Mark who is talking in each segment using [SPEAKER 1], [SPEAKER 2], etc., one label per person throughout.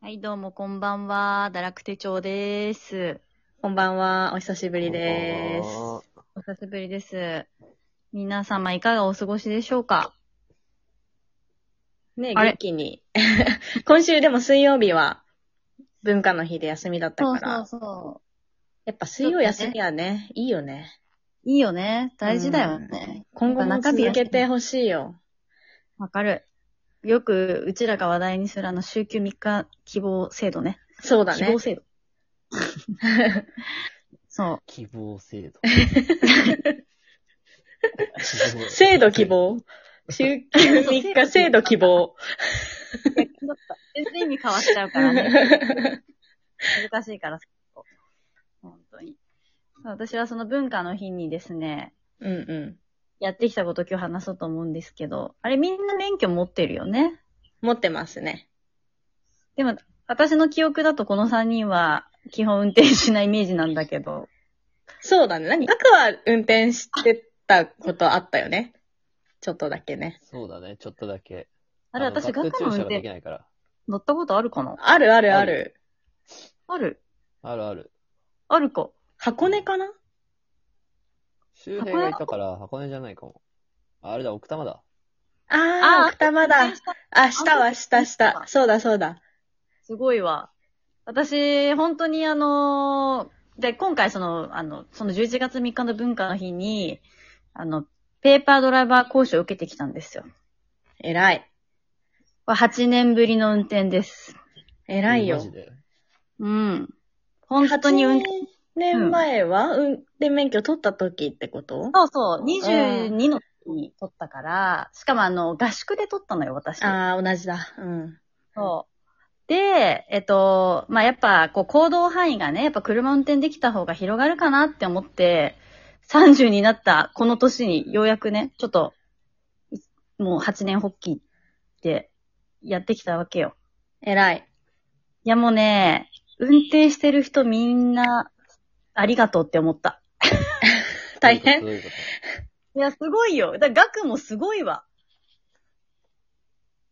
[SPEAKER 1] はい、どうもこんばんは。堕落手帳です。
[SPEAKER 2] こんばんは、お久しぶりで
[SPEAKER 3] こんばんは
[SPEAKER 2] す。
[SPEAKER 1] お久しぶりです。皆様いかがお過ごしでしょうか
[SPEAKER 2] ね、
[SPEAKER 1] あれ
[SPEAKER 2] 元気に。 今週でも水曜日は文化の日で休みだった
[SPEAKER 1] そ
[SPEAKER 2] か
[SPEAKER 1] う
[SPEAKER 2] ら、
[SPEAKER 1] そうそ
[SPEAKER 2] やっぱ水曜休みはね、いいよね。
[SPEAKER 1] う。いいよね。大事だよね。
[SPEAKER 2] 今後も続けて
[SPEAKER 1] わ
[SPEAKER 2] ほしいよ。
[SPEAKER 1] かる。よく、うちらが話題にするあの、週休3日希望制度ね。
[SPEAKER 2] そうだ
[SPEAKER 1] 希
[SPEAKER 2] ね
[SPEAKER 1] 望。 制度。そう。
[SPEAKER 3] 希望 制度。
[SPEAKER 2] 制度希。望。週休3日制度希望。
[SPEAKER 1] 全然意味変わっちゃうからね。難しいから、本当に。私はその文化の日にですね、
[SPEAKER 2] うんう
[SPEAKER 1] やってきたこと今日話そうと思うんですけど、あれみんな免許持ってるよね。
[SPEAKER 2] ん。持ってますね。
[SPEAKER 1] でも、私の記憶だとこの3人は基本運転しないイメージなんだけど。
[SPEAKER 2] そうだね。何かは運転してたことあったよね。ちょっとだけね。
[SPEAKER 3] そうだね、ちょっとだけ。
[SPEAKER 1] あれ
[SPEAKER 3] の
[SPEAKER 1] 私、学
[SPEAKER 3] 学
[SPEAKER 1] 科
[SPEAKER 3] 校
[SPEAKER 1] の運
[SPEAKER 3] ができ
[SPEAKER 1] 転
[SPEAKER 3] ないから。
[SPEAKER 1] 乗ったことあるかな
[SPEAKER 2] あるあるあ
[SPEAKER 3] あ
[SPEAKER 2] る。
[SPEAKER 1] ある
[SPEAKER 3] あるある。
[SPEAKER 1] あるか。
[SPEAKER 2] 箱根かな
[SPEAKER 3] 周辺がいたから、箱根じゃないかも。あれだ、奥多摩だ。
[SPEAKER 2] あ
[SPEAKER 1] あ
[SPEAKER 2] あ、奥多摩だ。あ、したわ、した、した。そうだ、そうだ。
[SPEAKER 1] すごいわ。私、本当にあのーで、今回その、あの、その11月3日の文化の日に、あの、ペーパードライバー講習を受けてきたんですよ。
[SPEAKER 2] 偉い。
[SPEAKER 1] これ8年ぶりの運転です。
[SPEAKER 2] 偉い
[SPEAKER 3] マ
[SPEAKER 2] よ
[SPEAKER 3] ジ。で。
[SPEAKER 1] うん。本当に運
[SPEAKER 2] 8
[SPEAKER 1] 転。
[SPEAKER 2] 年前は、運転免許取った時ってこと
[SPEAKER 1] そうそう、22の時に撮ったから、しかもあの、合宿で撮ったのよ、私。
[SPEAKER 2] ああ、同じだ。うん。
[SPEAKER 1] そう。で、えっと、まあ、やっぱ、こう、行動範囲がね、やっぱ車運転できた方が広がるかなって思って、30になったこの年に、ようやくね、ちょっと、いもう8年発起でやってきたわけよ。
[SPEAKER 2] 偉い。
[SPEAKER 1] いやもうね、運転してる人みんな、ありがとうって思った。
[SPEAKER 2] 大変
[SPEAKER 3] どういうこ
[SPEAKER 1] いや、すごいよ。だから額もすごいわ。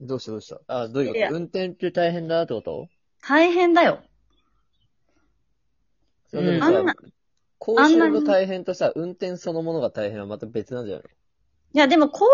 [SPEAKER 3] とどうしたどうしたあ、どういうこ
[SPEAKER 1] いや
[SPEAKER 3] と運転って大変だってこと
[SPEAKER 1] 大変だよ。
[SPEAKER 3] それでも
[SPEAKER 1] うんあんな
[SPEAKER 3] さ、講習の大変とさ、運転そのものが大変はまた別なんじゃないの
[SPEAKER 1] いや、でも、講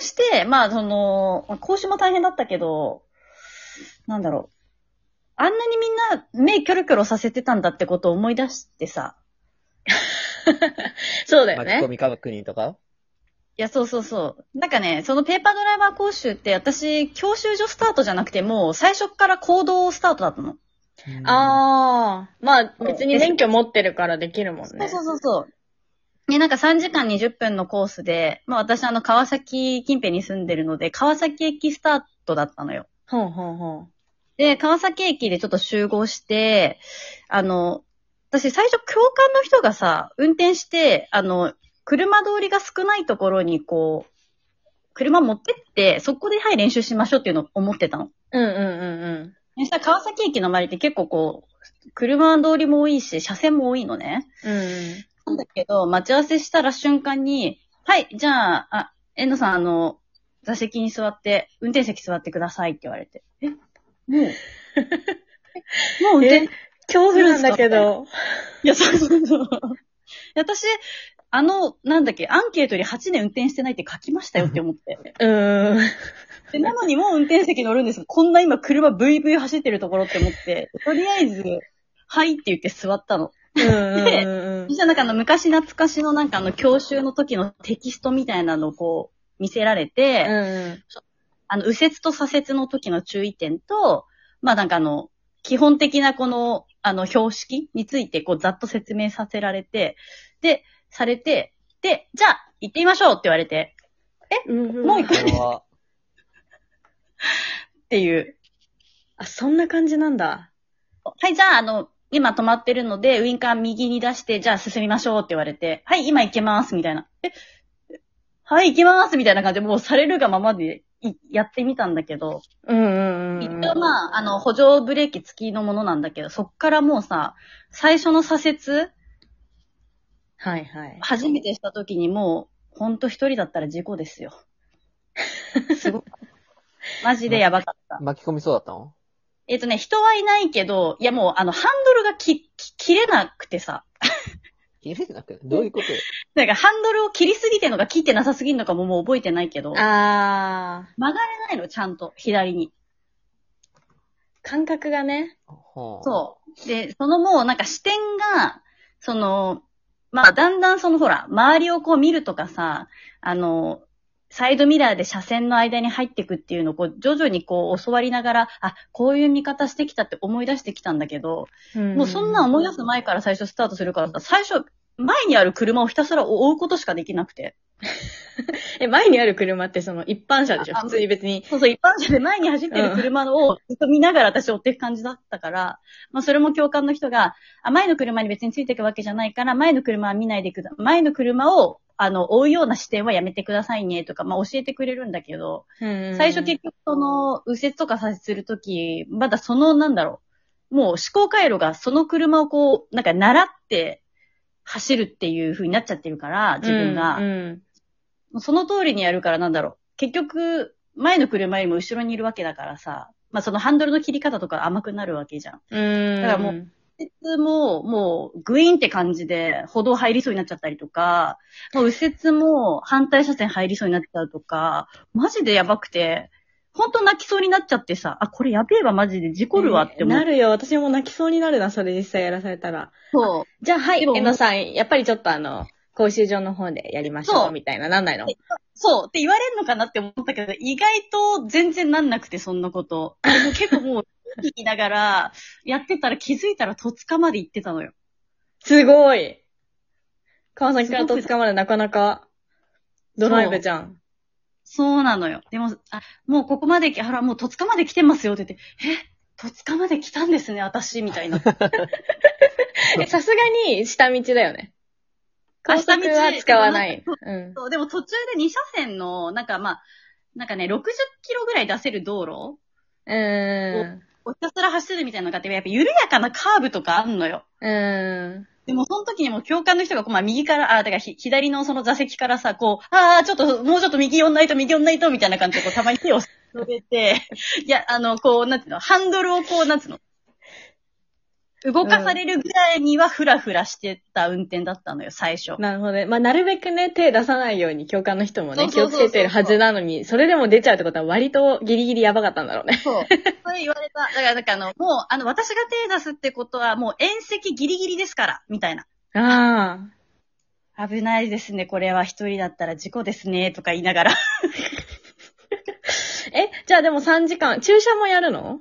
[SPEAKER 1] 習して、まあ、その、まあ講習も大変だったけど、なんだろう。あんなにみんな目キョロキョロさせてたんだってことを思い出してさ。
[SPEAKER 2] そうだよ
[SPEAKER 3] 巻き込
[SPEAKER 2] ね。
[SPEAKER 3] み確認とか
[SPEAKER 1] いや、そうそうそう。なんかね、そのペーパードライバー講習って私、教習所スタートじゃなくて、もう最初から行動スタートだったの。
[SPEAKER 2] ああ、まあ別に免許持ってるからできるもん
[SPEAKER 1] そう
[SPEAKER 2] ね。
[SPEAKER 1] そうそうそう。ね、なんか3時間20分のコースで、まあ私あの川崎近辺に住んでるので、川崎駅スタートだったのよ。
[SPEAKER 2] ほうほうほう。
[SPEAKER 1] で、川崎駅でちょっと集合して、あの、私最初教官の人がさ、運転して、あの、車通りが少ないところにこう、車持ってって、そこではい練習しましょうっていうのを思ってたの。
[SPEAKER 2] うんうんうん
[SPEAKER 1] そしたら川崎駅の周りって結構こう、車通りも多いし、車線も多いのね。
[SPEAKER 2] うん。うん。
[SPEAKER 1] なんだけど、待ち合わせしたら瞬間に、はい、じゃあ、あ、遠藤さんあの、座席に座って、運転席座ってくださいって言われて。え もうえもう運転
[SPEAKER 2] え、恐怖なんだけど。
[SPEAKER 1] いや、そうそうそう。私、あの、なんだっけ、アンケートに8年運転してないって書きましたよって思って。
[SPEAKER 2] うーん。
[SPEAKER 1] でなのにもう運転席乗るんですこんな今車ブイブイ走ってるところって思って、とりあえず、はいって言って座ったの。
[SPEAKER 2] うんうんうんうん
[SPEAKER 1] そし。たらなんかあの昔懐かしのなんかあの教習の時のテキストみたいなのをこう見せられて、
[SPEAKER 2] うん
[SPEAKER 1] あの右折と左折の時の注意点と、まあなんかあの、基本的なこの、あの、標識について、こう、ざっと説明させられて、で、されて、で、じゃあ、行ってみましょうって言われて、
[SPEAKER 2] うん。
[SPEAKER 1] もう一
[SPEAKER 3] こ
[SPEAKER 1] 回
[SPEAKER 3] れは、
[SPEAKER 1] っていう。
[SPEAKER 2] あ、そんな感じなんだ。
[SPEAKER 1] はい、じゃあ、あの、今止まってるので、ウインカー右に出して、じゃあ進みましょうって言われて、はい、今行けます、みたいな。え、はい、行けます、みたいな感じで、もうされるがままでいやってみたんだけど、
[SPEAKER 2] うんうんうん。
[SPEAKER 1] 一応まあ、あの、補助ブレーキ付きのものなんだけど、そっからもうさ、最初の左折、
[SPEAKER 2] はいはい。
[SPEAKER 1] 初めてした時にもう、ほんと一人だったら事故です よ。すごい。マジでやばかった。
[SPEAKER 3] 巻き込みそうだったの
[SPEAKER 1] えっとね、人はいないけど、いやもうあの、ハンドルがき、き切れなくてさ、
[SPEAKER 3] 切れなくないどういうこと
[SPEAKER 1] なんかハンドルを切りすぎてんのか切ってなさすぎんのかももう覚えてないけど、曲
[SPEAKER 2] あー、
[SPEAKER 1] がれないの、ちゃんと、左に。
[SPEAKER 2] 感覚がね。
[SPEAKER 3] はあ、
[SPEAKER 1] そう。で、そのもうなんか視点が、その、まあだんだんそのほら、周りをこう見るとかさ、あの、サイドミラーで車線の間に入っていくっていうのをこう徐々にこう教わりながら、あ、こういう見方してきたって思い出してきたんだけど、もうそんな思い出す前から最初スタートするからさ、最初、前にある車をひたすら追うことしかできなくて。
[SPEAKER 2] え、前にある車ってその一般車でしょ
[SPEAKER 1] あ
[SPEAKER 2] 普通に別に。
[SPEAKER 1] そうそう、一般車で前に走ってる車をずっと見ながら私追っていく感じだったから、まあそれも共感の人が、あ、前の車に別についていくわけじゃないから、前の車は見ないでくだ、前の車を、あの、追うような視点はやめてくださいねとか、まあ教えてくれるんだけど、最
[SPEAKER 2] 最
[SPEAKER 1] 初結局その、右折とか左折するとき、まだその、なんだろう、もう思考回路がその車をこう、なんか習って走るっていう風になっちゃってるから、自分が。
[SPEAKER 2] うんうん
[SPEAKER 1] もうその通りにやるからなんだろう。結局、前の車よりも後ろにいるわけだからさ、まあそのハンドルの切り方とか甘くなるわけじゃん。
[SPEAKER 2] うん。
[SPEAKER 1] だからも
[SPEAKER 2] う、
[SPEAKER 1] 右折も、もう、グイーンって感じで歩道入りそうになっちゃったりとか、もう右折も反対車線入りそうになっちゃうとか、マジでやばくて、本当泣きそうになっちゃってさ、あ、これやべえわ、マジで事故るわって思う。
[SPEAKER 2] なるよ。私も泣きそうになるな、それ実際やらされたら。
[SPEAKER 1] そう。
[SPEAKER 2] じゃあ、はい
[SPEAKER 1] でも
[SPEAKER 2] 江野さん、やっぱりちょっとあの、講習所の方でやりましょ、
[SPEAKER 1] そうう
[SPEAKER 2] みたいな。なんないの
[SPEAKER 1] そうって言われるのかなって思ったけど、意外と全然なんなくて、そんなこと。でも結構もう、言いながら、やってたら気づいたら戸塚まで行ってたのよ。
[SPEAKER 2] すごい川崎からとつかまでなかなか、ドライブじゃん。
[SPEAKER 1] そうなのよ。でも、あ、もうここまで来、あら、もう戸塚まで来てますよって言って、え戸塚まで来たんですね、私、みたいな。
[SPEAKER 2] えさすがに、下道だよね。高速は使わない。うん。
[SPEAKER 1] そう、でも途中で2車線の、なんかまあ、なんかね、60キロぐらい出せる道路
[SPEAKER 2] う
[SPEAKER 1] をひたすら走るみたいなのがあって、やっぱ緩やかなカーブとかあんのよ。
[SPEAKER 2] ん。う
[SPEAKER 1] でも、その時にも教官の人が、こうまあ、右から、あ、だからひ、左のその座席からさ、こう、ああ、ちょっと、もうちょっと右寄んないと、右寄んないと、みたいな感じで、こう、たまに手を広げて、 いや、あの、こう、なんていうの、ハンドルをこう、なんていうの、動かされるぐらいには、ふらふらしてた運転だったのよ、最初
[SPEAKER 2] ん。。なるほどね。まあ、なるべくね、手出さないように、教官の人もね、気
[SPEAKER 1] そ
[SPEAKER 2] を
[SPEAKER 1] うそうそ
[SPEAKER 2] つ
[SPEAKER 1] うそう
[SPEAKER 2] けてるはずなのに、それでも出ちゃうってことは割とギリギリやばかったんだろうね。
[SPEAKER 1] そう。それ言われた。だから、なんかあの、もう、あの、私が手出すってことは、もう、縁石ギリギリですから、みたいな。
[SPEAKER 2] あ
[SPEAKER 1] 危ないですね、これは一人だったら事故ですね、とか言いながら。
[SPEAKER 2] あ。 え、じゃあでも3時間、注射もやるの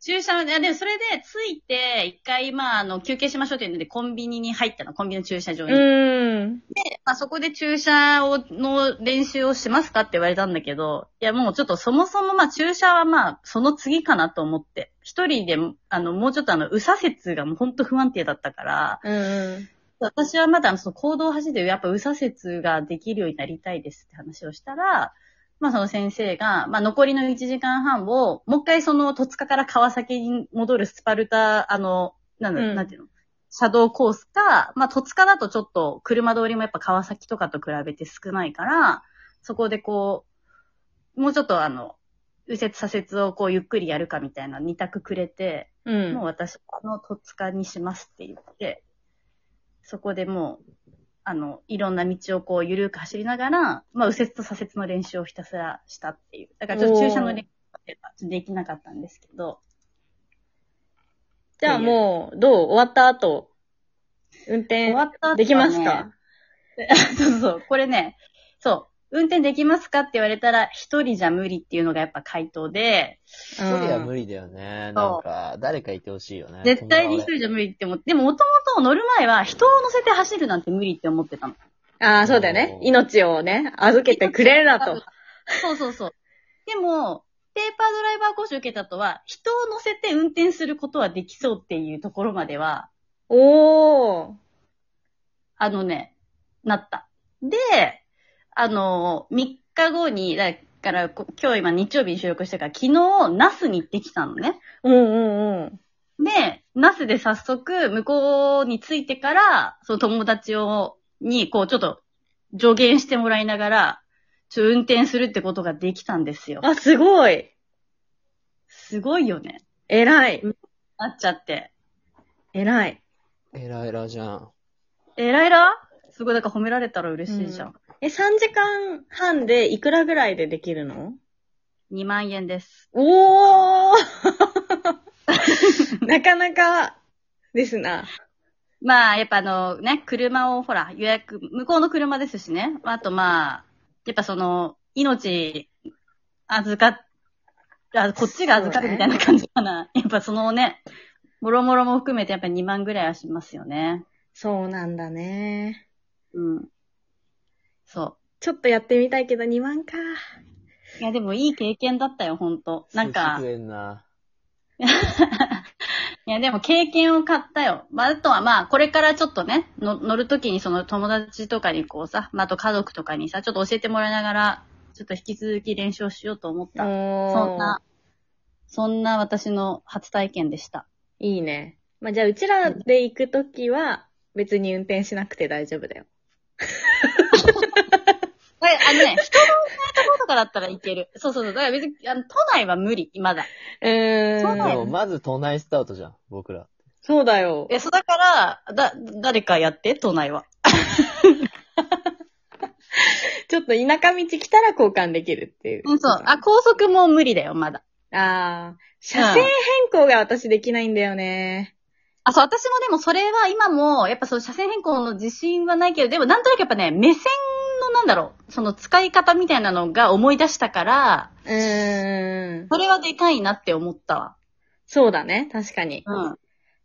[SPEAKER 1] 駐車、いやで、それで、着いて、一回、まあ、あの、休憩しましょうっていうので、コンビニに入ったの、コンビニの駐車場
[SPEAKER 2] う
[SPEAKER 1] に。
[SPEAKER 2] ーん。
[SPEAKER 1] まあ、そこで駐車を、の練習をしますかって言われたんだけど、いや、もうちょっとそもそも、まあ、駐車はまあ、その次かなと思って、一人で、あの、もうちょっとあの、右左折がもうほんと不安定だったから、
[SPEAKER 2] うん。
[SPEAKER 1] 私はまだその行動を走って、やっぱ右左折ができるようになりたいですって話をしたら、まあその先生が、まあ残りの1時間半を、もう一回その戸塚から川崎に戻るスパルタ、あの、なんだ、
[SPEAKER 2] うん
[SPEAKER 1] なんていうの車道コースか、まあ戸塚だとちょっと車通りもやっぱ川崎とかと比べて少ないから、そこでこう、もうちょっとあの、右折左折をこうゆっくりやるかみたいな2択くれて、
[SPEAKER 2] うん。
[SPEAKER 1] もう私、あの、戸塚にしますって言って、そこでもう、あの、いろんな道をこう、ゆるく走りながら、まあ、右折と左折の練習をひたすらしたっていう。だから、ちょっと駐車の練習はできなかったんですけど、
[SPEAKER 2] じゃあもう、どう終わった後、運転
[SPEAKER 1] 終わった後はね
[SPEAKER 2] できますか、
[SPEAKER 1] そうそうそう、これね、そう、運転できますかって言われたら、一人じゃ無理っていうのがやっぱ回答で、
[SPEAKER 2] 一
[SPEAKER 3] 一人は無理だよね。なんか、誰かいてほしいよね。
[SPEAKER 1] 絶対に一人じゃ無理って思って、でも、もともと乗る前は、人を乗せて走るなんて無理って思ってたの。
[SPEAKER 2] ああ、そうだよね。命をね、預けてくれるなと。
[SPEAKER 1] そうそうそう。でも、ペーパードライバー講習受けたとは、人を乗せて運転することはできそうっていうところまでは、
[SPEAKER 2] おー。
[SPEAKER 1] あのね、なった。で、あの、3日後に、だから、こ今日今日曜日に収録してから、昨日、那須に行ってきたのね。
[SPEAKER 2] うんうんうん。
[SPEAKER 1] で、那須で早速、向こうに着いてから、その友達を、に、こう、ちょっと、助言してもらいながら、ちょ運転するってことができたんですよ。
[SPEAKER 2] あ、すごい。
[SPEAKER 1] すごいよね。
[SPEAKER 2] 偉い。
[SPEAKER 1] なっちゃって。
[SPEAKER 2] 偉い。
[SPEAKER 3] エラエラじゃん。
[SPEAKER 1] えらいらすごい、だから褒められたら嬉しいじゃん。
[SPEAKER 2] え、3時間半でいくらぐらいでできるの
[SPEAKER 1] 2万円です。
[SPEAKER 2] おー なかなかですな。
[SPEAKER 1] まあ、やっぱあの、ね、車をほら、予約、向こうの車ですしね。あとまあ、やっぱその、命、預かっ、あこっちが預かるみたいな感じかな。やっぱそのね、もろもろも含めてやっぱ2万ぐらいはしますよね。
[SPEAKER 2] そうなんだね。
[SPEAKER 1] うん。そ
[SPEAKER 2] ちょっとやってみたいけど2万か。
[SPEAKER 1] う。いや、でもいい経験だったよ、ほんと。なんか
[SPEAKER 3] すぐ、食えんな。
[SPEAKER 1] いや、でも経験を買ったよ。まあ、あとはまあ、これからちょっとね、の乗るときにその友達とかにこうさ、まあ、あと家族とかにさ、ちょっと教えてもらいながら、ちょっと引き続き練習をしようと思った。そ
[SPEAKER 2] そ
[SPEAKER 1] んな、そんな私の初体験でした。
[SPEAKER 2] いいね。まあ、じゃあ、うちらで行くときは、別に運転しなくて大丈夫だよ。
[SPEAKER 1] これ、あの ね、人のいないところとかだったらいける。そうそうそう。だから別に、あの、都内は無理、まだ。
[SPEAKER 2] うーん。
[SPEAKER 1] そう
[SPEAKER 3] で
[SPEAKER 1] だよ
[SPEAKER 3] も、まず都内スタートじゃん、僕ら。
[SPEAKER 2] そうだよ。
[SPEAKER 1] え、そうだから、だ、誰かやって、都内は。
[SPEAKER 2] ちょっと田舎道来たら交換できるっていう。
[SPEAKER 1] うん、そう。あ、高速も無理だよ、まだ。
[SPEAKER 2] あー車線変更が私できないんだよね。
[SPEAKER 1] あ、そう、私もでもそれは今も、やっぱその車線変更の自信はないけど、でもなんとなくやっぱね、目線のなんだろう、その使い方みたいなのが思い出したから、
[SPEAKER 2] うーん。
[SPEAKER 1] それはでかいなって思ったわ。
[SPEAKER 2] そうだね。確かに。
[SPEAKER 1] うん。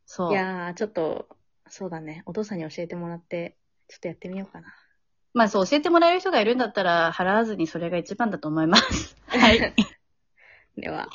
[SPEAKER 1] そう。
[SPEAKER 2] いやー、ちょっと、そうだね。お父さんに教えてもらって、ちょっとやってみようかな。
[SPEAKER 1] まあそう、教えてもらえる 人がいるんだったら、払わずにそれが一番だと思います。はい。
[SPEAKER 2] では、